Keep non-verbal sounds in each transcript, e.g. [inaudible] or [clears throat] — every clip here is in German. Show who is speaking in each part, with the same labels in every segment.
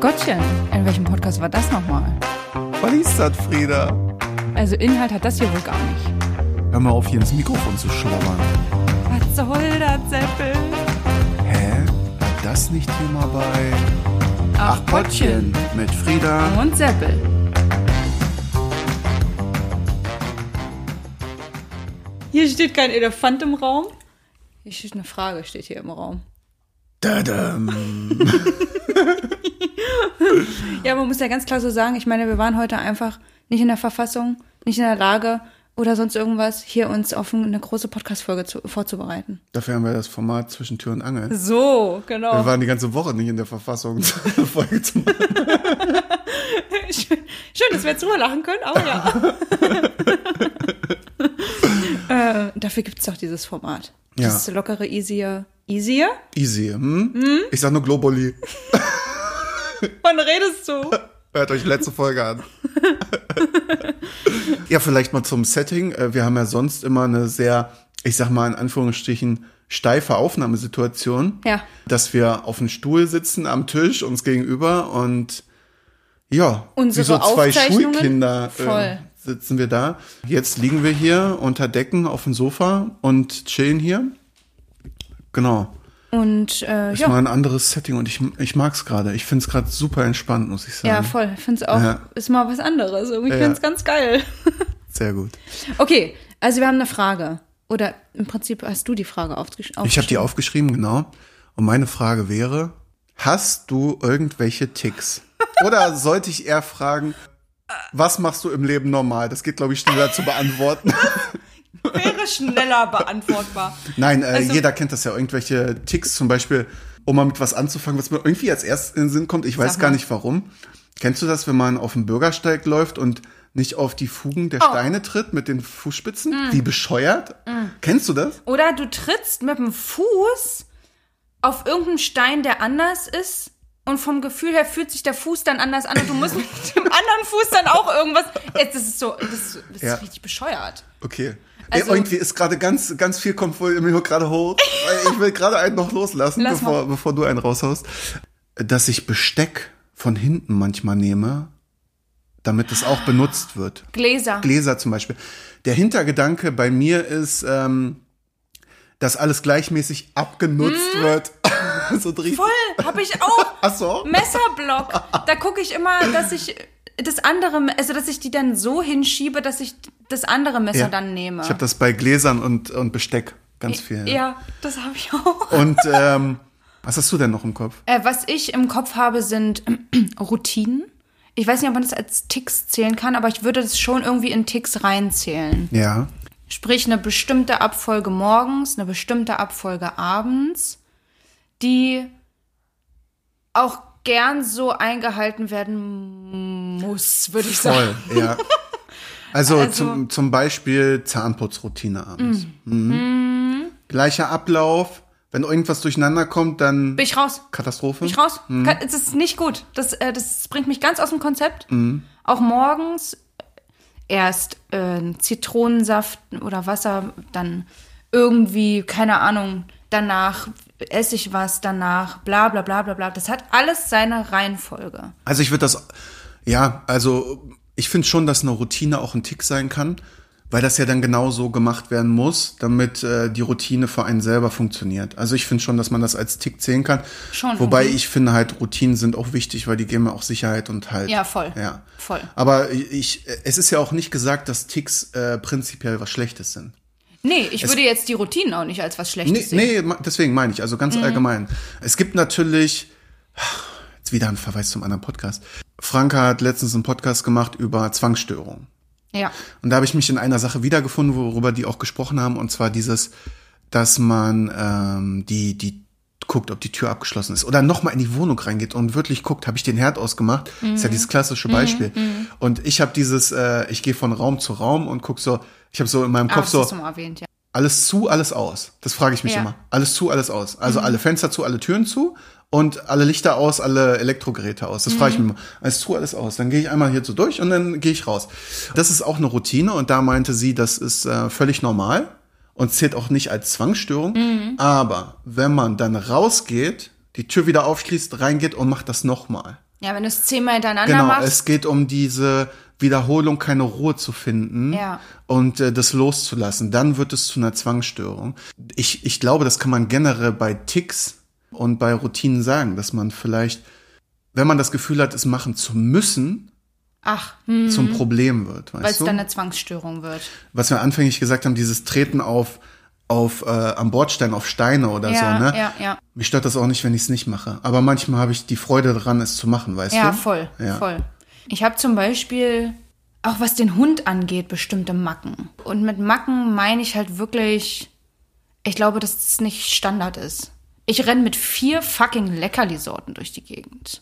Speaker 1: Gottchen, in welchem Podcast war das nochmal?
Speaker 2: Was ist das, Frieda?
Speaker 1: Also Inhalt hat das hier wohl gar nicht.
Speaker 2: Hör mal auf, hier ins Mikrofon zu schlabbern.
Speaker 1: Was soll das, Seppel?
Speaker 2: Hä? War das nicht hier mal bei... mit Frieda.
Speaker 1: Und Seppel.
Speaker 3: Hier steht kein Elefant im Raum. Hier steht eine Frage, steht hier im Raum.
Speaker 2: Tadam.
Speaker 3: Ja, man muss ja ganz klar so sagen, ich meine, wir waren heute einfach nicht in der Verfassung, nicht in der Lage oder sonst irgendwas, hier uns auf eine große Podcast-Folge zu- vorzubereiten.
Speaker 2: Dafür haben wir das Format zwischen Tür und Angel.
Speaker 3: So, genau.
Speaker 2: Wir waren die ganze Woche nicht in der Verfassung, [laughs] eine Folge zu machen.
Speaker 3: Schön, schön, dass wir jetzt drüber lachen können, aber
Speaker 2: [laughs]
Speaker 3: ja. äh, dafür gibt es doch dieses Format.
Speaker 2: Ja.
Speaker 3: Das lockere, easier. Easier?
Speaker 2: Easy, hm? Ich sag nur Globally.
Speaker 3: Wann redest du?
Speaker 2: Hört euch die letzte
Speaker 3: [laughs]
Speaker 2: Folge an. ja, vielleicht mal zum Setting. Äh, Wir haben ja sonst immer eine sehr, ich sag mal in Anführungsstrichen, steife Aufnahmesituation.
Speaker 3: Ja.
Speaker 2: Dass wir auf dem Stuhl sitzen, am Tisch, uns gegenüber und ja,
Speaker 3: Unsere
Speaker 2: wie so zwei
Speaker 3: Aufzeichnungen?
Speaker 2: Schulkinder äh,
Speaker 3: Voll.
Speaker 2: sitzen wir da. Jetzt liegen wir hier unter Decken auf dem Sofa und chillen hier. Genau.
Speaker 3: Und äh,
Speaker 2: Ist
Speaker 3: ja.
Speaker 2: mal ein anderes Setting und ich, ich mag's gerade. Ich find's gerade super entspannt, muss ich sagen.
Speaker 3: Ja, voll. Ich finde es auch,
Speaker 2: ähm, Ja.
Speaker 3: ist mal was anderes. Ich
Speaker 2: Ja.
Speaker 3: finde es ganz geil.
Speaker 2: Sehr gut.
Speaker 3: Okay, also wir haben eine Frage. Oder im Prinzip hast du die Frage aufgesch aufgeschrieben.
Speaker 2: Ich habe die aufgeschrieben, genau. Und meine Frage wäre, hast du irgendwelche Ticks? Oder sollte ich eher fragen, was machst du im Leben normal? Das geht, glaube ich, schneller zu beantworten.
Speaker 3: [laughs] Wäre schneller beantwortbar.
Speaker 2: Nein, äh,
Speaker 3: Also-
Speaker 2: jeder kennt das ja. Irgendwelche Ticks zum Beispiel, um mal mit was anzufangen, was mir irgendwie als erstes in den Sinn kommt. Ich weiß
Speaker 3: Sag
Speaker 2: gar
Speaker 3: mal.
Speaker 2: nicht warum. Kennst du das, wenn man auf dem Bürgersteig läuft und nicht auf die Fugen
Speaker 3: Oh.
Speaker 2: der Steine tritt mit den Fußspitzen?
Speaker 3: Mm.
Speaker 2: Wie bescheuert? Kennst du das?
Speaker 3: Oder du trittst mit dem Fuß auf irgendeinen Stein, der anders ist. Und vom Gefühl her fühlt sich der Fuß dann anders an und du musst mit dem anderen Fuß dann auch irgendwas. Jetzt, das ist so, das ist, das ist
Speaker 2: Ja.
Speaker 3: richtig bescheuert.
Speaker 2: Okay.
Speaker 3: Also-
Speaker 2: Ey, irgendwie ist gerade ganz, ganz viel kommt wohl mir gerade hoch. weil ich will gerade einen noch loslassen,
Speaker 3: Lass mal.
Speaker 2: bevor, bevor du einen raushaust. Dass ich Besteck von hinten manchmal nehme, damit es auch benutzt wird.
Speaker 3: Gläser.
Speaker 2: Gläser zum Beispiel. Der Hintergedanke bei mir ist, ähm, dass alles gleichmäßig abgenutzt wird. [laughs] so drie-
Speaker 3: Hm? Voll, hab ich auch.
Speaker 2: Ach so?
Speaker 3: Messerblock. Da gucke ich immer, dass ich das andere, also dass ich die dann so hinschiebe, dass ich das andere Messer
Speaker 2: Ja.
Speaker 3: dann nehme.
Speaker 2: Ich habe das bei Gläsern und, und Besteck ganz viel.
Speaker 3: Ja, das habe ich auch.
Speaker 2: Und ähm, was hast du denn noch im Kopf?
Speaker 3: Äh, was ich im Kopf habe, sind [clears throat] Routinen. Ich weiß nicht, ob man das als Ticks zählen kann, aber ich würde das schon irgendwie in Ticks reinzählen.
Speaker 2: Ja.
Speaker 3: Sprich, eine bestimmte Abfolge morgens, eine bestimmte Abfolge abends, die auch gern so eingehalten werden muss, würde ich sagen.
Speaker 2: Voll, [laughs] ja. Also,
Speaker 3: Also-
Speaker 2: zum, zum Beispiel Zahnputzroutine abends. Mhm. Gleicher Ablauf. Wenn irgendwas durcheinander kommt, dann
Speaker 3: Bin ich raus.
Speaker 2: Katastrophe.
Speaker 3: Bin ich raus.
Speaker 2: Mhm.
Speaker 3: Ka- Es ist nicht gut. Das, äh, das bringt mich ganz aus dem Konzept.
Speaker 2: Mhm.
Speaker 3: Auch morgens erst äh, Zitronensaft oder Wasser, dann irgendwie, keine Ahnung, danach esse ich was, danach bla bla bla bla bla. Das hat alles seine Reihenfolge.
Speaker 2: Also ich würde das, ja, also ich finde schon, dass eine Routine auch ein Tick sein kann, weil das ja dann genau so gemacht werden muss, damit äh, die Routine für einen selber funktioniert. Also ich finde schon, dass man das als Tick zählen kann.
Speaker 3: Schon,
Speaker 2: Wobei
Speaker 3: mhm.
Speaker 2: ich finde halt, Routinen sind auch wichtig, weil die geben mir auch Sicherheit und Halt.
Speaker 3: Ja, voll.
Speaker 2: Ja.
Speaker 3: Voll.
Speaker 2: Aber ich, es ist ja auch nicht gesagt, dass Ticks äh, prinzipiell was Schlechtes sind.
Speaker 3: Nee, ich würde jetzt die Routinen auch nicht als was
Speaker 2: Nee,
Speaker 3: Schlechtes sehen.
Speaker 2: nee, ma- deswegen meine ich, also ganz allgemein. Es gibt natürlich, jetzt wieder ein Verweis zum anderen Podcast. Franka hat letztens einen Podcast gemacht über Zwangsstörungen.
Speaker 3: Ja.
Speaker 2: Und da habe ich mich in einer Sache wiedergefunden, worüber die auch gesprochen haben, und zwar dieses, dass man ähm, die, die guckt, ob die Tür abgeschlossen ist. Oder nochmal in die Wohnung reingeht und wirklich guckt, habe ich den Herd ausgemacht? Ist ja dieses klassische Beispiel. Und ich habe dieses, äh, ich gehe von Raum zu Raum und guck so, ich habe so in meinem
Speaker 3: Ah,
Speaker 2: Kopf
Speaker 3: das
Speaker 2: so,
Speaker 3: hast du mal erwähnt, ja.
Speaker 2: alles zu, alles aus. Das frage ich mich
Speaker 3: Ja.
Speaker 2: immer. Alles zu, alles aus. Also alle Fenster zu, alle Türen zu und alle Lichter aus, alle Elektrogeräte aus. Das frage ich mich immer. Alles zu, alles aus. Dann gehe ich einmal hier so durch und dann gehe ich raus. Das ist auch eine Routine und da meinte sie, das ist äh, völlig normal und zählt auch nicht als Zwangsstörung. Aber wenn man dann rausgeht, die Tür wieder aufschließt, reingeht und macht das nochmal.
Speaker 3: Ja, wenn du es zehnmal hintereinander
Speaker 2: Genau,
Speaker 3: machst.
Speaker 2: es geht um diese Wiederholung, keine Ruhe zu finden
Speaker 3: Ja.
Speaker 2: und äh, das loszulassen. Dann wird es zu einer Zwangsstörung. Ich, ich glaube, das kann man generell bei Ticks und bei Routinen sagen, dass man vielleicht, wenn man das Gefühl hat, es machen zu müssen,
Speaker 3: Ach, hm,
Speaker 2: zum Problem wird. Weißt
Speaker 3: weil es
Speaker 2: du?
Speaker 3: dann eine Zwangsstörung wird.
Speaker 2: was wir anfänglich gesagt haben, dieses Treten auf auf äh, am Bordstein auf Steine oder
Speaker 3: ja,
Speaker 2: so, ne?
Speaker 3: ja, ja.
Speaker 2: Mich stört das auch nicht, wenn ich es nicht mache. Aber manchmal habe ich die Freude daran, es zu machen, weißt du?
Speaker 3: Ja, voll,
Speaker 2: Ja.
Speaker 3: voll. Ich habe zum Beispiel, auch was den Hund angeht, bestimmte Macken. Und mit Macken meine ich halt wirklich, ich glaube, dass das nicht Standard ist. Ich renn mit vier fucking Leckerli-Sorten durch die Gegend.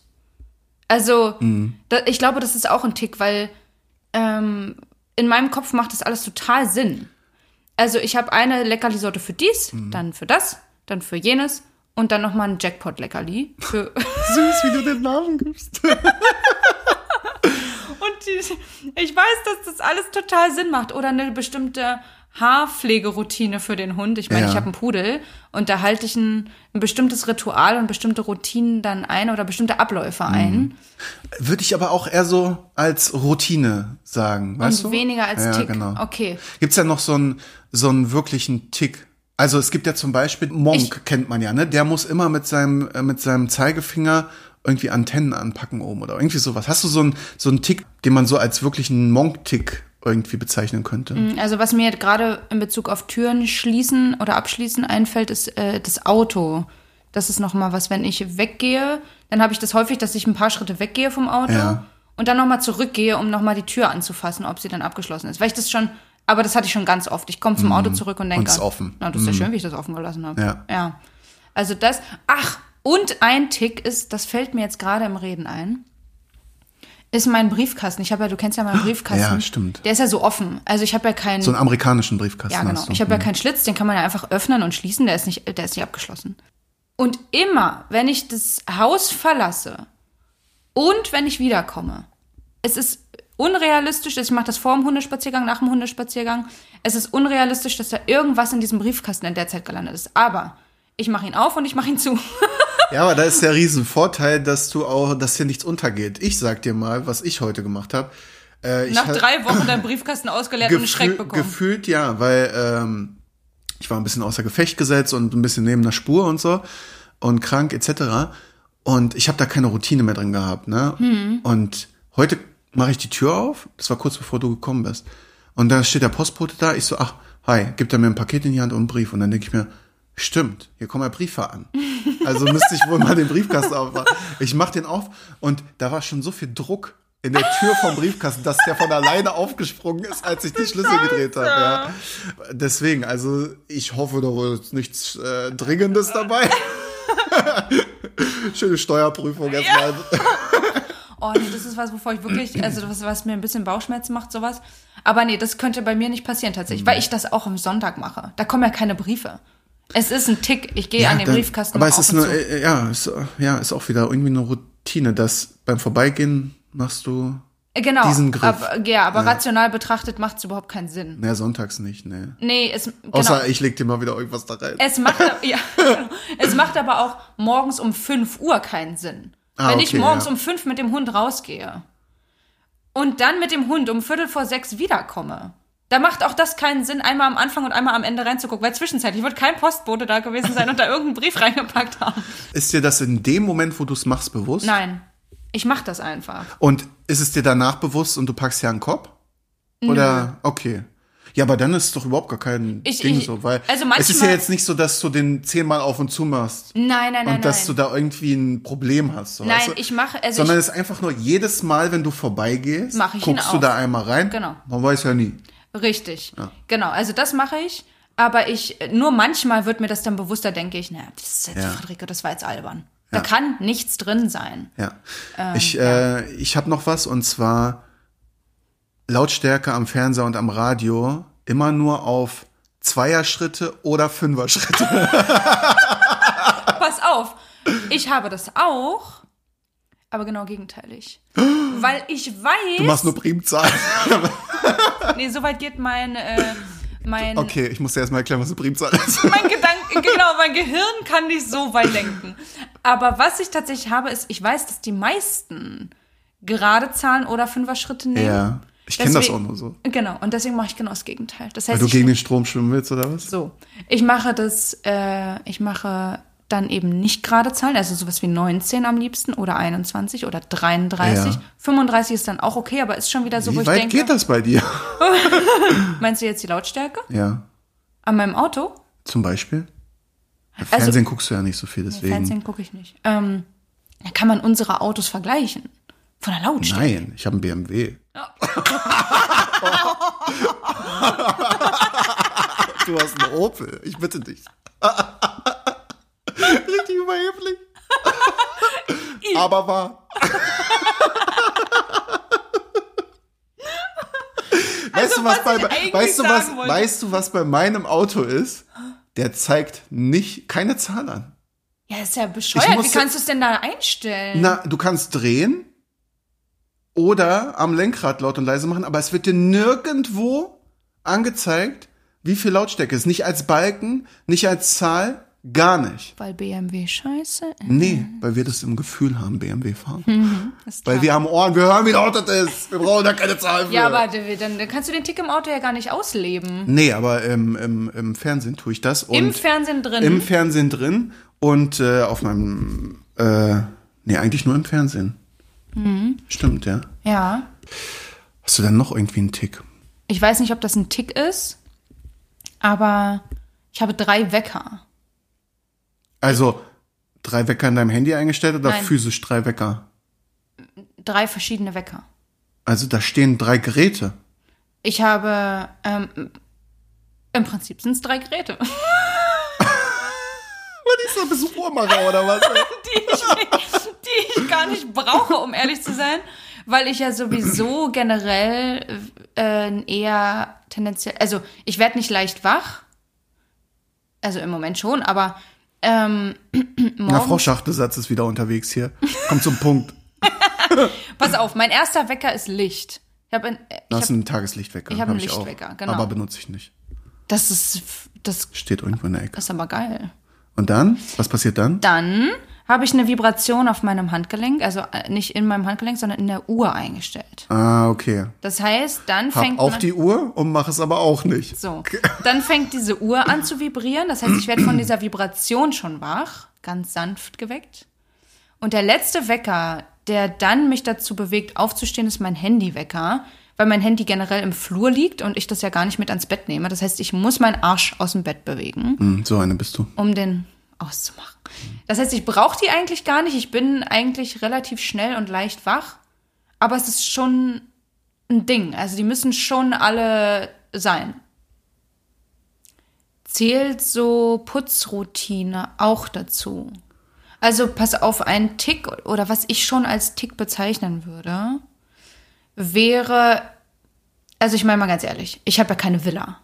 Speaker 3: Also,
Speaker 2: Mhm.
Speaker 3: da, ich glaube, das ist auch ein Tick, weil ähm, in meinem Kopf macht das alles total Sinn. Also, ich habe eine Leckerli-Sorte für dies,
Speaker 2: Mhm.
Speaker 3: dann für das, dann für jenes und dann nochmal ein Jackpot-Leckerli für.
Speaker 2: [laughs] Süß, wie du den Namen gibst.
Speaker 3: Und die, ich weiß, dass das alles total Sinn macht. Oder eine bestimmte Haarpflegeroutine für den Hund. Ich meine,
Speaker 2: Ja.
Speaker 3: ich habe einen Pudel und da halte ich ein, ein bestimmtes Ritual und bestimmte Routinen dann ein oder bestimmte Abläufe
Speaker 2: Mhm.
Speaker 3: ein.
Speaker 2: Würde ich aber auch eher so als Routine sagen, weißt
Speaker 3: und
Speaker 2: du?
Speaker 3: weniger als
Speaker 2: ja,
Speaker 3: Tick.
Speaker 2: Genau.
Speaker 3: Okay.
Speaker 2: Gibt's ja noch so einen so einen wirklichen Tick. Also es gibt ja zum Beispiel Monk kennt man ja, ne? Der muss immer mit seinem äh, mit seinem Zeigefinger irgendwie Antennen anpacken oben oder irgendwie sowas. Hast du so einen so einen Tick, den man so als wirklichen Monk-Tick irgendwie bezeichnen könnte?
Speaker 3: Also was mir gerade in Bezug auf Türen schließen oder abschließen einfällt, ist äh, das Auto. Das ist noch mal was, wenn ich weggehe, dann habe ich das häufig, dass ich ein paar Schritte weggehe vom Auto
Speaker 2: Ja.
Speaker 3: und dann noch mal zurückgehe, um noch mal die Tür anzufassen, ob sie dann abgeschlossen ist. Weil ich das schon, aber das hatte ich schon ganz oft. Ich komme zum Auto zurück und denke,
Speaker 2: Mhm. Und ist
Speaker 3: ah,
Speaker 2: offen. Mhm.
Speaker 3: Na, das ist ja schön, wie ich das offen gelassen habe.
Speaker 2: Ja.
Speaker 3: ja. Also das, ach, und ein Tick ist, das fällt mir jetzt gerade im Reden ein, ist mein Briefkasten. Ich habe ja, du kennst ja meinen Briefkasten.
Speaker 2: Ja, stimmt.
Speaker 3: Der ist ja so offen. Also ich habe ja keinen.
Speaker 2: So einen amerikanischen Briefkasten
Speaker 3: ja, genau.
Speaker 2: hast du.
Speaker 3: Ich habe ja keinen Schlitz, den kann man ja einfach öffnen und schließen, der ist nicht, der ist nicht abgeschlossen. Und immer, wenn ich das Haus verlasse und wenn ich wiederkomme, es ist unrealistisch, ich mache das vor dem Hundespaziergang, nach dem Hundespaziergang, es ist unrealistisch, dass da irgendwas in diesem Briefkasten in der Zeit gelandet ist. Aber ich mache ihn auf und ich mache ihn zu. [laughs]
Speaker 2: Ja, aber da ist der Riesenvorteil, dass du auch, dass hier nichts untergeht. Ich sag dir mal, was ich heute gemacht habe. Äh, ich
Speaker 3: Nach
Speaker 2: hab-
Speaker 3: drei Wochen deinen Briefkasten ausgeleert und einen
Speaker 2: Gefühl-
Speaker 3: Schreck bekommen.
Speaker 2: Gefühlt ja, weil ähm, ich war ein bisschen außer Gefecht gesetzt und ein bisschen neben der Spur und so und krank etc. Und ich habe da keine Routine mehr drin gehabt. Ne?
Speaker 3: Mhm.
Speaker 2: Und heute mache ich die Tür auf. Das war kurz bevor du gekommen bist. Und da steht der Postbote da. Ich so, ach, hi, gibt er mir ein Paket in die Hand und einen Brief. Und dann denke ich mir, stimmt, hier kommen ja Briefe an. Also müsste ich wohl mal den Briefkasten aufmachen. Ich mache den auf und da war schon so viel Druck in der Tür vom Briefkasten, dass der von alleine aufgesprungen ist, als ich die Schlüssel gedreht habe. Ja. Deswegen, also ich hoffe, da war jetzt nichts äh, Dringendes dabei. [laughs] Schöne Steuerprüfung erstmal.
Speaker 3: Oh nee, das ist was, wovor ich wirklich, also was, was mir ein bisschen Bauchschmerzen macht, sowas. Aber nee, das könnte bei mir nicht passieren tatsächlich,
Speaker 2: Mhm.
Speaker 3: weil ich das auch am Sonntag mache. Da kommen ja keine Briefe. Es ist ein Tick, ich gehe an den
Speaker 2: dann-
Speaker 3: Briefkasten
Speaker 2: Aber es
Speaker 3: auf
Speaker 2: ist
Speaker 3: und
Speaker 2: eine,
Speaker 3: zu.
Speaker 2: äh, ja, ist, äh, ja, ist auch wieder irgendwie eine Routine, dass beim Vorbeigehen machst du,
Speaker 3: Äh, genau,
Speaker 2: diesen Griff.
Speaker 3: Aber, ja, aber rational betrachtet macht es überhaupt keinen Sinn.
Speaker 2: naja, sonntags nicht, ne.
Speaker 3: Nee, es, genau.
Speaker 2: Außer ich leg dir mal wieder irgendwas da rein.
Speaker 3: Es macht,
Speaker 2: [laughs]
Speaker 3: ja, genau. es macht aber auch morgens um 5 Uhr keinen Sinn.
Speaker 2: Ah,
Speaker 3: Wenn ich
Speaker 2: okay,
Speaker 3: morgens
Speaker 2: ja.
Speaker 3: um 5 mit dem Hund rausgehe und dann mit dem Hund um Viertel vor sechs wiederkomme, da macht auch das keinen Sinn, einmal am Anfang und einmal am Ende reinzugucken, weil zwischenzeitlich wird kein Postbote da gewesen sein und da irgendeinen Brief [laughs] reingepackt haben.
Speaker 2: Ist dir das in dem Moment, wo du es machst, bewusst?
Speaker 3: Nein, ich mache das einfach.
Speaker 2: Und ist es dir danach bewusst und du packst ja einen Kopf? Oder okay. Ja, aber dann ist es doch überhaupt gar kein
Speaker 3: Ich-
Speaker 2: Ding
Speaker 3: ich-
Speaker 2: so, weil
Speaker 3: also
Speaker 2: es ist ja
Speaker 3: manchmal-
Speaker 2: jetzt nicht so, dass du den zehnmal auf und zu machst
Speaker 3: Nein, nein, nein,
Speaker 2: und dass du
Speaker 3: nein.
Speaker 2: da irgendwie ein Problem hast. So,
Speaker 3: Nein,
Speaker 2: weißt du?
Speaker 3: ich mache- also
Speaker 2: sondern es ist einfach nur jedes Mal, wenn du vorbeigehst,
Speaker 3: Mach ich ihn
Speaker 2: guckst du
Speaker 3: auf.
Speaker 2: da einmal rein.
Speaker 3: Genau.
Speaker 2: Man weiß ja nie.
Speaker 3: Richtig. Genau, also das mache ich, aber ich nur manchmal wird mir das dann bewusster, denke ich, naja, das ist jetzt
Speaker 2: Ja.
Speaker 3: Friederike, das war jetzt albern. Da kann nichts drin sein.
Speaker 2: Ja.
Speaker 3: Ähm,
Speaker 2: ich äh, ich habe noch was und zwar Lautstärke am Fernseher und am Radio immer nur auf Zweierschritte oder Fünferschritte.
Speaker 3: Pass auf, ich habe das auch, aber genau
Speaker 2: [gasps]
Speaker 3: gegenteilig. Weil ich weiß,
Speaker 2: Du machst nur Primzahlen.
Speaker 3: nee, soweit geht mein, äh, mein,
Speaker 2: Okay,
Speaker 3: [laughs]
Speaker 2: ich muss dir erstmal erklären, was eine Primzahl ist.
Speaker 3: mein Gedanken, genau, mein Gehirn kann nicht so weit denken. Aber was ich tatsächlich habe, ist, ich weiß, dass die meisten gerade Zahlen oder Fünfer-Schritte nehmen.
Speaker 2: Ja. Ich kenne das
Speaker 3: Deswegen-
Speaker 2: auch nur so.
Speaker 3: Genau, und deswegen mache ich genau das Gegenteil. Das heißt,
Speaker 2: Weil du
Speaker 3: ich-
Speaker 2: gegen den Strom schwimmen willst oder was?
Speaker 3: so, ich mache das, äh, ich mache dann eben nicht gerade Zahlen, also sowas wie 19 am liebsten oder 21 oder 33.
Speaker 2: Ja.
Speaker 3: 35 ist dann auch okay, aber ist schon wieder so, wo
Speaker 2: Wie
Speaker 3: ich
Speaker 2: weit
Speaker 3: denke,
Speaker 2: geht das bei dir?
Speaker 3: meinst du jetzt die Lautstärke
Speaker 2: Ja.
Speaker 3: an meinem Auto?
Speaker 2: Zum Beispiel? Fernsehen guckst du ja nicht so viel, deswegen.
Speaker 3: Also Fernsehen gucke ich nicht. Ähm, da kann man unsere Autos vergleichen. Von der Lautstärke.
Speaker 2: Nein, ich habe einen BMW. [laughs] du hast einen Opel, ich bitte dich. Richtig überheblich.
Speaker 3: [laughs]
Speaker 2: Aber wahr. Weißt, du, was
Speaker 3: Also, was ich
Speaker 2: bei,
Speaker 3: eigentlich
Speaker 2: weißt, du, was,
Speaker 3: sagen wollte.
Speaker 2: weißt du, was bei meinem Auto ist? Der zeigt nicht, keine Zahl an.
Speaker 3: Ja, ist ja
Speaker 2: Ich
Speaker 3: bescheuert. Wie
Speaker 2: musste-
Speaker 3: kannst du es denn da einstellen?
Speaker 2: Na, du kannst drehen oder am Lenkrad laut und leise machen, aber es wird dir nirgendwo angezeigt, wie viel Lautstärke ist. Nicht als Balken, nicht als Zahl, gar nicht.
Speaker 3: Weil BMW scheiße ist.
Speaker 2: Nee, weil wir das im Gefühl haben, BMW fahren.
Speaker 3: Mhm. ist
Speaker 2: Weil
Speaker 3: klar.
Speaker 2: wir am Ohr hören, wie laut das ist. Wir brauchen da keine Zahl für.
Speaker 3: Ja, aber d- dann dann kannst du den Tick im Auto ja gar nicht ausleben.
Speaker 2: nee, aber im, im, im Fernsehen tue ich das. Und
Speaker 3: Im Fernsehen drin.
Speaker 2: im Fernsehen drin und äh, auf meinem, äh, nee, eigentlich nur im Fernsehen.
Speaker 3: Mhm.
Speaker 2: Stimmt, ja.
Speaker 3: ja.
Speaker 2: Hast du dann noch irgendwie einen Tick?
Speaker 3: Ich weiß nicht, ob das ein Tick ist, aber ich habe drei Wecker.
Speaker 2: Also drei Wecker in deinem Handy eingestellt oder
Speaker 3: Nein.
Speaker 2: physisch drei Wecker?
Speaker 3: Drei verschiedene Wecker.
Speaker 2: Also da stehen drei Geräte.
Speaker 3: Ich habe, ähm, im Prinzip sind es drei Geräte. [laughs]
Speaker 2: Was ist da Besuch Uhrmacher oder was?
Speaker 3: die ich, die ich gar nicht brauche, um ehrlich zu sein, weil ich ja sowieso generell äh, eher tendenziell, also ich werde nicht leicht wach, also im Moment schon, aber ähm,
Speaker 2: Na, Frau Schachtesatz ist wieder unterwegs hier. Kommt zum Punkt.
Speaker 3: pass auf, mein erster Wecker ist Licht. Ich habe,
Speaker 2: Da
Speaker 3: hab,
Speaker 2: ist ein Tageslichtwecker.
Speaker 3: ich hab einen
Speaker 2: auch.
Speaker 3: Lichtwecker, genau.
Speaker 2: Aber benutze ich nicht.
Speaker 3: das ist, das
Speaker 2: Steht irgendwo in der Ecke.
Speaker 3: ist aber geil.
Speaker 2: Und dann? Was passiert dann?
Speaker 3: Dann habe ich eine Vibration auf meinem Handgelenk, also äh, nicht in meinem Handgelenk, sondern in der Uhr eingestellt.
Speaker 2: Ah, okay.
Speaker 3: Das heißt, dann
Speaker 2: Hab
Speaker 3: fängt
Speaker 2: auch
Speaker 3: man
Speaker 2: die Uhr und mach es aber auch nicht.
Speaker 3: So,
Speaker 2: [laughs]
Speaker 3: dann fängt diese Uhr an zu vibrieren. Das heißt, ich werde von dieser Vibration schon wach, ganz sanft geweckt. Und der letzte Wecker, der dann mich dazu bewegt, aufzustehen, ist mein Handywecker, weil mein Handy generell im Flur liegt und ich das ja gar nicht mit ans Bett nehme. Das heißt, ich muss meinen Arsch aus dem Bett bewegen,
Speaker 2: Hm, so eine bist du.
Speaker 3: um den auszumachen. Das heißt, ich brauche die eigentlich gar nicht. Ich bin eigentlich relativ schnell und leicht wach, aber es ist schon ein Ding. Also die müssen schon alle sein. Zählt so Putzroutine auch dazu? Also pass auf, ein Tick oder was ich schon als Tick bezeichnen würde, wäre, also ich meine mal ganz ehrlich, ich habe ja keine Villa.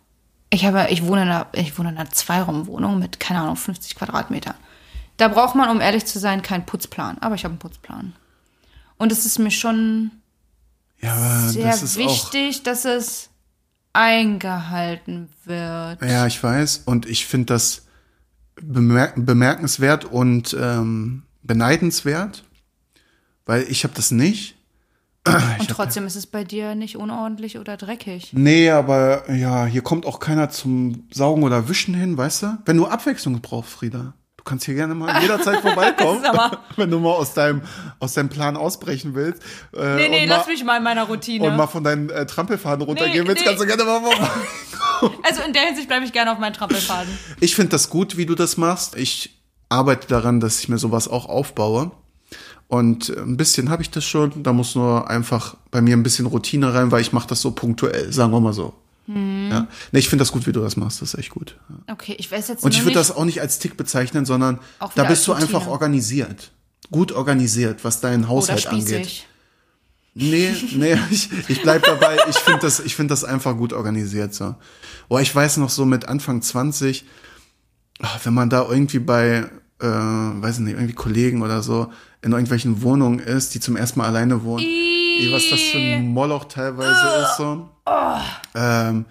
Speaker 3: Ich habe, ich wohne in einer, ich wohne in einer Zweiraumwohnung mit, keine Ahnung, 50 Quadratmetern. Da braucht man, um ehrlich zu sein, keinen Putzplan. Aber ich habe einen Putzplan. Und es ist mir schon
Speaker 2: Ja, aber
Speaker 3: sehr
Speaker 2: Äh, das ist auch.
Speaker 3: wichtig, dass es eingehalten wird.
Speaker 2: Ja, ich weiß. Und ich finde das bemerk bemerkenswert und ähm, beneidenswert, weil ich habe das nicht.
Speaker 3: Und trotzdem ist es bei dir nicht unordentlich oder dreckig.
Speaker 2: Nee, aber ja, hier kommt auch keiner zum Saugen oder Wischen hin, weißt du? Wenn du Abwechslung brauchst, Frieda, du kannst hier gerne
Speaker 3: [laughs]
Speaker 2: mal jederzeit vorbeikommen,
Speaker 3: Sag mal.
Speaker 2: [laughs] wenn du mal aus deinem, aus deinem Plan ausbrechen willst. Äh,
Speaker 3: Nee, nee,
Speaker 2: und mal,
Speaker 3: lass mich mal in meiner Routine.
Speaker 2: Und mal von deinen äh, Trampelfaden runtergehen willst,
Speaker 3: nee.
Speaker 2: kannst du gerne mal vorbei.
Speaker 3: also in der Hinsicht bleibe ich gerne auf meinen Trampelfaden.
Speaker 2: Ich finde das gut, wie du das machst. Ich arbeite daran, dass ich mir sowas auch aufbaue. Und ein bisschen habe ich das schon. Da muss nur einfach bei mir ein bisschen Routine rein, weil ich mache das so punktuell, sagen wir mal so.
Speaker 3: Mhm.
Speaker 2: Ja. Nee, ich finde das gut, wie du das machst. Das ist echt gut. Ja.
Speaker 3: Okay, ich weiß jetzt
Speaker 2: Und
Speaker 3: nur
Speaker 2: ich würde
Speaker 3: nicht.
Speaker 2: das auch nicht als Tick bezeichnen, sondern
Speaker 3: Auch wieder
Speaker 2: da bist
Speaker 3: als
Speaker 2: du
Speaker 3: Routine.
Speaker 2: einfach organisiert. Gut organisiert, was deinen
Speaker 3: oder
Speaker 2: Haushalt angeht.
Speaker 3: spießig.
Speaker 2: Nee, nee, [laughs] ich, ich bleib dabei. Ich finde das, ich find das einfach gut organisiert. So. Boah, ich weiß noch so mit Anfang 20, ah, wenn man da irgendwie bei, äh, weiß ich nicht, irgendwie Kollegen oder so in irgendwelchen Wohnungen ist, die zum ersten Mal alleine wohnen, ey, was das für ein Moloch teilweise ist so. Ähm,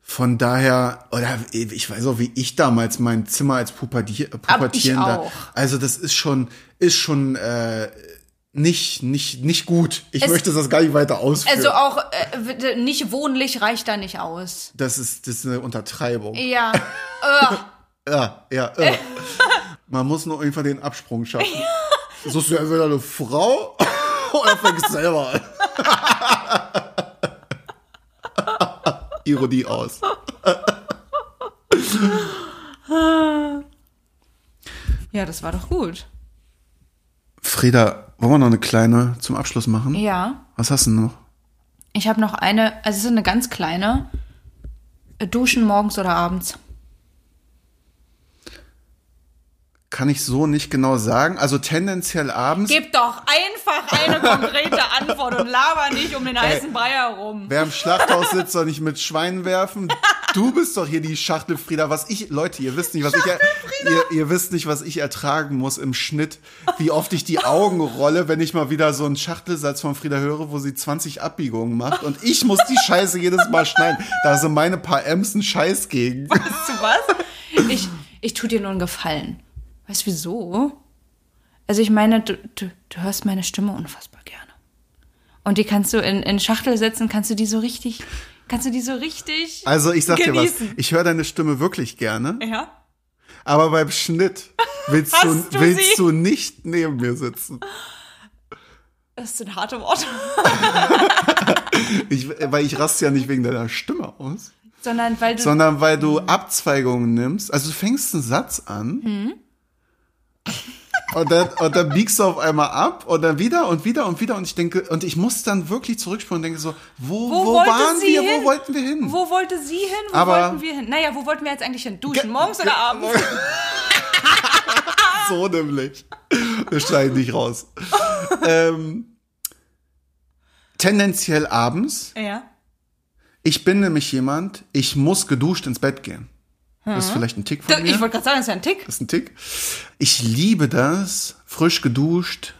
Speaker 2: Von daher, oder ich weiß auch, wie ich damals mein Zimmer als Pubertier, Pubertierender.
Speaker 3: auch.
Speaker 2: Also das ist schon, ist schon äh, nicht, nicht, nicht gut. Ich
Speaker 3: Es-
Speaker 2: möchte das gar nicht weiter ausführen.
Speaker 3: Also auch äh, w- nicht wohnlich reicht da nicht aus.
Speaker 2: das ist, das ist eine Untertreibung.
Speaker 3: Ja.
Speaker 2: Ja, ja,
Speaker 3: [laughs]
Speaker 2: ja. Man muss nur irgendwann den Absprung schaffen. Suchst du entweder eine Frau [laughs] oder fängst selber an. [laughs] Ironie aus.
Speaker 3: ja, das war doch gut.
Speaker 2: Freda, wollen wir noch eine kleine zum Abschluss machen?
Speaker 3: Ja.
Speaker 2: Was hast du denn noch?
Speaker 3: Ich habe noch eine, also es ist eine ganz kleine. Äh, Duschen morgens oder abends.
Speaker 2: Kann ich so nicht genau sagen. Also tendenziell abends.
Speaker 3: Gib doch einfach eine konkrete Antwort und laber nicht um den heißen Brei herum.
Speaker 2: Wer im Schlachthaus sitzt, soll nicht mit Schweinen werfen. Du bist doch hier die Schachtel Frieda, was ich, Leute, ihr wisst nicht, was ich, er, ihr, ihr wisst nicht, was ich ertragen muss im Schnitt, wie oft ich die Augen rolle, wenn ich mal wieder so einen Schachtelsatz von Frieda höre, wo sie 20 Abbiegungen macht und ich muss die Scheiße jedes Mal schneiden. Da sind meine paar Ems ein Scheiß gegen.
Speaker 3: Weißt du was? Ich, ich tu dir nur einen Gefallen. Weißt du wieso? Also ich meine, du, du, du hörst meine Stimme unfassbar gerne. Und die kannst du in, in Schachtel setzen, kannst du die so richtig, kannst du die so richtig
Speaker 2: Also ich sag dir was,
Speaker 3: genießen.
Speaker 2: ich höre deine Stimme wirklich gerne,
Speaker 3: Ja?
Speaker 2: aber beim Schnitt willst,
Speaker 3: Hast
Speaker 2: du,
Speaker 3: du sie?
Speaker 2: willst du nicht neben mir sitzen.
Speaker 3: Das sind harte Worte.
Speaker 2: Ich, weil ich raste ja nicht wegen deiner Stimme aus.
Speaker 3: Sondern weil du,
Speaker 2: sondern weil du Abzweigungen nimmst. Also du fängst einen Satz an
Speaker 3: Hm.
Speaker 2: und, dann, und dann biegst du auf einmal ab und dann wieder und wieder und wieder und ich denke, und ich muss dann wirklich zurückspringen und denke so, wo, wo,
Speaker 3: wollte
Speaker 2: waren
Speaker 3: sie
Speaker 2: wir,
Speaker 3: hin?
Speaker 2: wo wollten wir hin?
Speaker 3: wo wollte sie hin, wo
Speaker 2: Aber-
Speaker 3: wollten wir hin? Naja, wo wollten wir jetzt eigentlich hin?
Speaker 2: Ge-
Speaker 3: Duschen, morgens
Speaker 2: ge-
Speaker 3: oder abends?
Speaker 2: so nämlich. Wir schneiden dich raus. ähm, tendenziell abends.
Speaker 3: Ja.
Speaker 2: Ich bin nämlich jemand, ich muss geduscht ins Bett gehen. Das ist vielleicht ein Tick von mir.
Speaker 3: Hm. Ich wollte gerade sagen, das ist ja ein Tick.
Speaker 2: Das ist ein Tick. Ich liebe das. Frisch geduscht.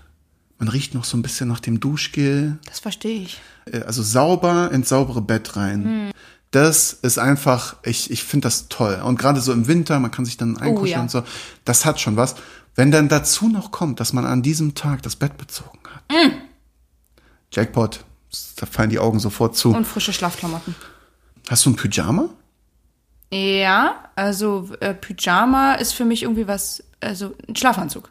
Speaker 2: Man riecht noch so ein bisschen nach dem Duschgel.
Speaker 3: Das verstehe ich.
Speaker 2: Äh, Also sauber ins saubere Bett rein. Das ist einfach, ich, ich finde das toll. Und gerade so im Winter, man kann sich dann einkuscheln
Speaker 3: ja.
Speaker 2: und so. Das hat schon was. Wenn dann dazu noch kommt, dass man an diesem Tag das Bett bezogen hat. Jackpot. Da fallen die Augen sofort zu.
Speaker 3: Und frische Schlafklamotten.
Speaker 2: Hast du ein Pyjama?
Speaker 3: Ja, also äh, Pyjama ist für mich irgendwie was, also ein Schlafanzug.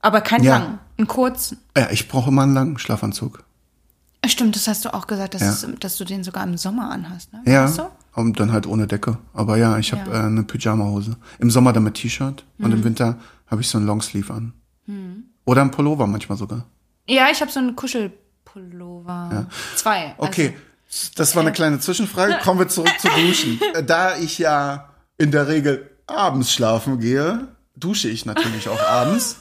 Speaker 3: Aber kein
Speaker 2: Ja.
Speaker 3: lang, einen kurzen.
Speaker 2: Ja, ich brauche immer einen langen Schlafanzug.
Speaker 3: Stimmt, das hast du auch gesagt, dass,
Speaker 2: Ja.
Speaker 3: es, dass du den sogar im Sommer anhast. Ne?
Speaker 2: Ja.
Speaker 3: Weißt du?
Speaker 2: Und dann halt ohne Decke. Aber ja, ich
Speaker 3: Ja.
Speaker 2: habe
Speaker 3: Mhm.
Speaker 2: äh, eine Pyjama-Hose. Im Sommer dann mit T-Shirt und im Winter habe ich so einen Longsleeve an. Oder einen Pullover manchmal sogar.
Speaker 3: Ja, ich habe so einen Kuschelpullover. Zwei. also
Speaker 2: Okay, das war eine kleine Zwischenfrage. Kommen wir zurück zu Duschen. Äh, da ich ja in der Regel abends schlafen gehe, dusche ich natürlich auch abends.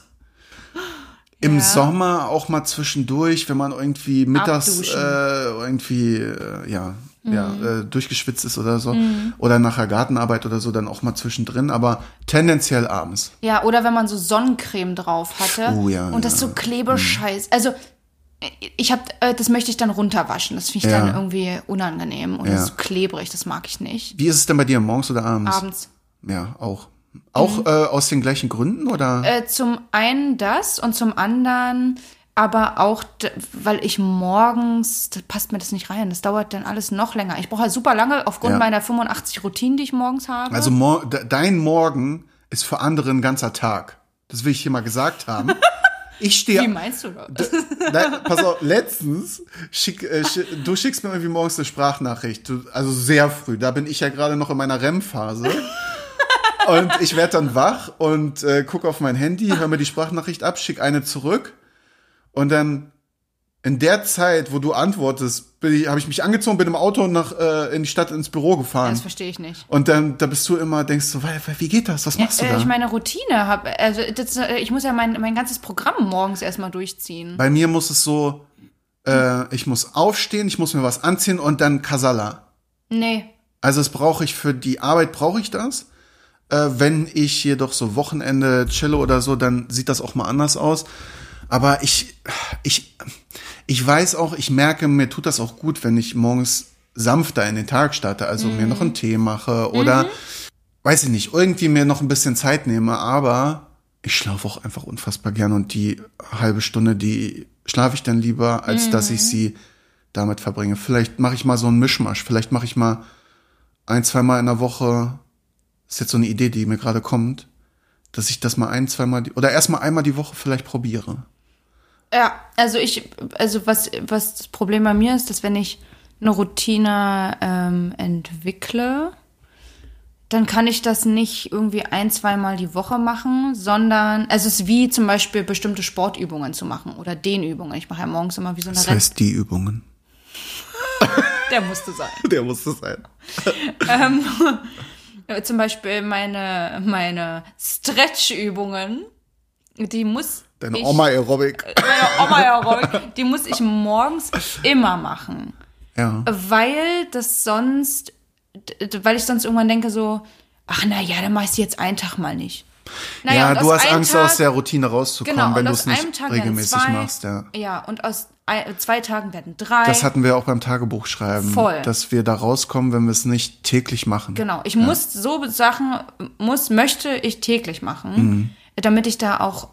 Speaker 2: Im Sommer auch mal zwischendurch, wenn man irgendwie mittags
Speaker 3: Abduschen.
Speaker 2: äh, irgendwie äh, ja, ja, äh, durchgeschwitzt ist oder so. Oder nachher Gartenarbeit oder so, dann auch mal zwischendrin, aber tendenziell abends.
Speaker 3: Also, ja, oder wenn man so Sonnencreme drauf hatte
Speaker 2: Oh, ja,
Speaker 3: und das
Speaker 2: ja. Hm.
Speaker 3: so Klebescheiß. Also äh, ich habe, äh, das möchte ich dann runterwaschen. Das finde ich
Speaker 2: Ja.
Speaker 3: dann irgendwie unangenehm und
Speaker 2: Ja.
Speaker 3: das ist so klebrig. Das mag ich nicht.
Speaker 2: Wie ist es denn bei dir, morgens oder abends?
Speaker 3: Abends.
Speaker 2: Ja, auch. Auch äh, aus den gleichen Gründen oder?
Speaker 3: Äh, zum einen das und zum anderen aber auch, d- weil ich morgens, da passt mir das nicht rein. Das dauert dann alles noch länger. Ich brauche halt super lange aufgrund
Speaker 2: Ja.
Speaker 3: meiner 85 Routinen, die ich morgens habe.
Speaker 2: Also mor de dein Morgen ist für andere ein ganzer Tag. Das will ich hier mal gesagt haben. Ich
Speaker 3: Wie
Speaker 2: stehe.
Speaker 3: meinst du das?
Speaker 2: ähm, Nein, pass auf, letztens, schick, äh, schi du schickst mir irgendwie morgens eine Sprachnachricht. Du, also sehr früh. Da bin ich ja gerade noch in meiner REM-Phase. Und ich werde dann wach und äh, gucke auf mein Handy, höre mir die Sprachnachricht ab, schick eine zurück. Und dann in der Zeit, wo du antwortest, habe ich mich angezogen, bin im Auto nach, äh, in die Stadt ins Büro gefahren.
Speaker 3: Das verstehe ich nicht.
Speaker 2: Und dann da bist du immer, denkst du, weil- weil- wie geht das? Was machst du
Speaker 3: Äh,
Speaker 2: da?
Speaker 3: ich meine Routine habe, also das, äh, ich muss ja mein, mein ganzes Programm morgens erstmal durchziehen.
Speaker 2: Bei mir muss es so, äh, ich muss aufstehen, ich muss mir was anziehen und dann Kasala.
Speaker 3: Nee.
Speaker 2: Also das brauche ich für die Arbeit, brauche ich das. Äh, wenn ich jedoch so Wochenende chille oder so, dann sieht das auch mal anders aus. Aber ich, ich, ich weiß auch, ich merke, mir tut das auch gut, wenn ich morgens sanfter in den Tag starte, also mir noch einen Tee mache oder weiß ich nicht, irgendwie mir noch ein bisschen Zeit nehme, aber ich schlafe auch einfach unfassbar gern und die halbe Stunde, die schlafe ich dann lieber, als dass ich sie damit verbringe. Vielleicht mache ich mal so einen Mischmasch, vielleicht mache ich mal ein, zweimal in der Woche, ist jetzt so eine Idee, die mir gerade kommt, dass ich das mal ein, zweimal die- oder erstmal einmal die Woche vielleicht probiere.
Speaker 3: Ja, also ich, also was, was das Problem bei mir ist, dass wenn ich eine Routine ähm, entwickle, dann kann ich das nicht irgendwie ein, zweimal die Woche machen, sondern also es ist wie zum Beispiel bestimmte Sportübungen zu machen oder Dehnübungen. Ich mache ja morgens immer wie so eine
Speaker 2: Das heißt die Übungen.
Speaker 3: Renn- Der musste sein.
Speaker 2: [laughs] Der musste sein.
Speaker 3: Äh, Zum Beispiel meine, meine Stretch-Übungen, die muss
Speaker 2: Deine
Speaker 3: ich,
Speaker 2: Oma Aerobic.
Speaker 3: meine Oma Aerobic, die muss ich morgens immer machen.
Speaker 2: Ja.
Speaker 3: weil das sonst, d- d- weil ich sonst irgendwann denke so, ach na ja, dann mach ich sie jetzt einen Tag mal nicht. Naja,
Speaker 2: ja,
Speaker 3: und
Speaker 2: du
Speaker 3: aus
Speaker 2: hast
Speaker 3: einem
Speaker 2: Angst,
Speaker 3: Tag-
Speaker 2: aus der Routine rauszukommen,
Speaker 3: genau,
Speaker 2: wenn
Speaker 3: und
Speaker 2: du
Speaker 3: aus
Speaker 2: es nicht
Speaker 3: einem Tag werden
Speaker 2: regelmäßig
Speaker 3: zwei,
Speaker 2: machst. Ja.
Speaker 3: ja, und aus ein, zwei Tagen werden drei.
Speaker 2: Das hatten wir auch beim Tagebuchschreiben,
Speaker 3: Voll.
Speaker 2: dass wir da rauskommen, wenn wir es nicht täglich machen.
Speaker 3: genau, ich muss so Sachen, muss, möchte ich täglich
Speaker 2: Mhm.
Speaker 3: machen, damit ich da auch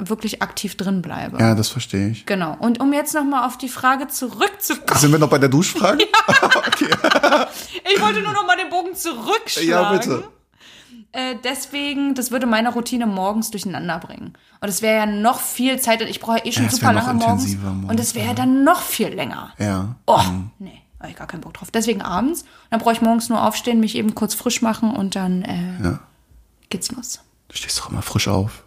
Speaker 3: wirklich aktiv drin bleibe.
Speaker 2: Ja, das verstehe ich.
Speaker 3: Genau, und um jetzt nochmal auf die Frage zurückzukommen,
Speaker 2: Sind wir noch bei der Duschfrage?
Speaker 3: ich wollte nur nochmal den Bogen zurückschlagen.
Speaker 2: ja, bitte.
Speaker 3: Äh, deswegen, das würde meine Routine morgens durcheinander bringen. Und es wäre ja noch viel Zeit und ich brauche ja eh schon
Speaker 2: Ja, es
Speaker 3: super
Speaker 2: wäre noch
Speaker 3: lange morgens.
Speaker 2: intensiver morgens,
Speaker 3: Und es wäre ja dann noch viel länger.
Speaker 2: [laughs] Ja. Mhm.
Speaker 3: Oh, nee, habe ich gar keinen Bock drauf. Deswegen abends. Und dann brauche ich morgens nur aufstehen, mich eben kurz frisch machen und dann äh,
Speaker 2: Ja.
Speaker 3: geht's los.
Speaker 2: Du stehst doch immer frisch auf.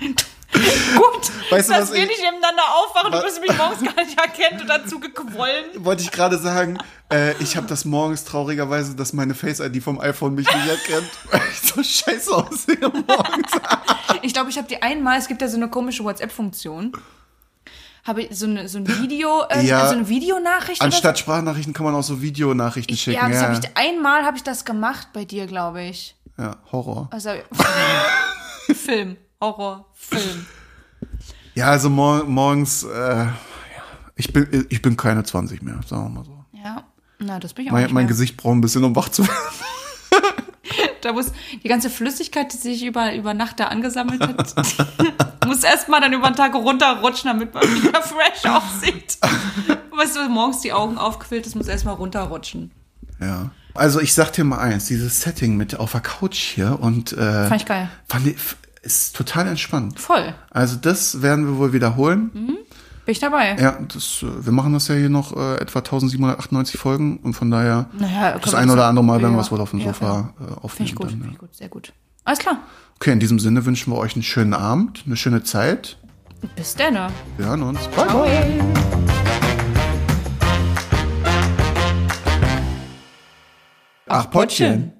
Speaker 3: Gut,
Speaker 2: Weißt du,
Speaker 3: dass
Speaker 2: was
Speaker 3: wir
Speaker 2: ich-
Speaker 3: nicht nebeneinander aufwachen und dass mich morgens gar nicht erkennt und dazu gequollen.
Speaker 2: Wollte ich gerade sagen, äh, ich habe das morgens traurigerweise, dass meine Face-ID vom iPhone mich nicht erkennt, [laughs] weil ich so scheiße aussehe morgens.
Speaker 3: Ich glaube, ich habe die einmal, es gibt ja so eine komische WhatsApp-Funktion. Habe ich so, eine, so ein Video, äh,
Speaker 2: Ja.
Speaker 3: so eine Videonachricht oder so.
Speaker 2: Anstatt Sprachnachrichten kann man auch so Videonachrichten schicken.
Speaker 3: ja, das
Speaker 2: ja,
Speaker 3: Hab ich, einmal habe ich das gemacht bei dir, glaube ich.
Speaker 2: ja, Horror.
Speaker 3: Also,
Speaker 2: [laughs]
Speaker 3: Film, Horror, Film.
Speaker 2: Ja, also mor morgens, äh, ja, ich bin, ich bin keine 20 mehr, sagen wir mal so.
Speaker 3: Ja, na, das bin ich auch
Speaker 2: Mein,
Speaker 3: nicht
Speaker 2: mein
Speaker 3: mehr.
Speaker 2: Gesicht braucht ein bisschen, um wach zu werden. [laughs]
Speaker 3: Da muss die ganze Flüssigkeit, die sich über, über Nacht da angesammelt hat, [laughs] muss erstmal dann über den Tag runterrutschen, damit man wieder
Speaker 2: [laughs]
Speaker 3: fresh aussieht. Weißt du, morgens die Augen aufquillt, das muss erstmal runterrutschen.
Speaker 2: Ja. Also ich sag dir mal eins, dieses Setting mit auf der Couch hier und äh,
Speaker 3: Fand ich geil.
Speaker 2: fand ich, f- ist total entspannt.
Speaker 3: Voll,
Speaker 2: Also das werden wir wohl wiederholen.
Speaker 3: bin ich dabei.
Speaker 2: Ja, das, äh, wir machen das ja hier noch äh, etwa 1798 Folgen und von daher
Speaker 3: Naja,
Speaker 2: das
Speaker 3: können
Speaker 2: ein
Speaker 3: wir
Speaker 2: oder
Speaker 3: sagen.
Speaker 2: andere Mal werden
Speaker 3: Ja,
Speaker 2: wir es wohl auf dem
Speaker 3: ja,
Speaker 2: Sofa
Speaker 3: ja.
Speaker 2: äh,
Speaker 3: Finde
Speaker 2: aufnehmen.
Speaker 3: ich gut,
Speaker 2: Dann,
Speaker 3: finde
Speaker 2: ja.
Speaker 3: ich gut, sehr gut. Alles klar,
Speaker 2: Okay, in diesem Sinne wünschen wir euch einen schönen Abend, eine schöne Zeit.
Speaker 3: bis dann. ne?
Speaker 2: Wir hören uns. Bye, bye. Ach, Pottchen.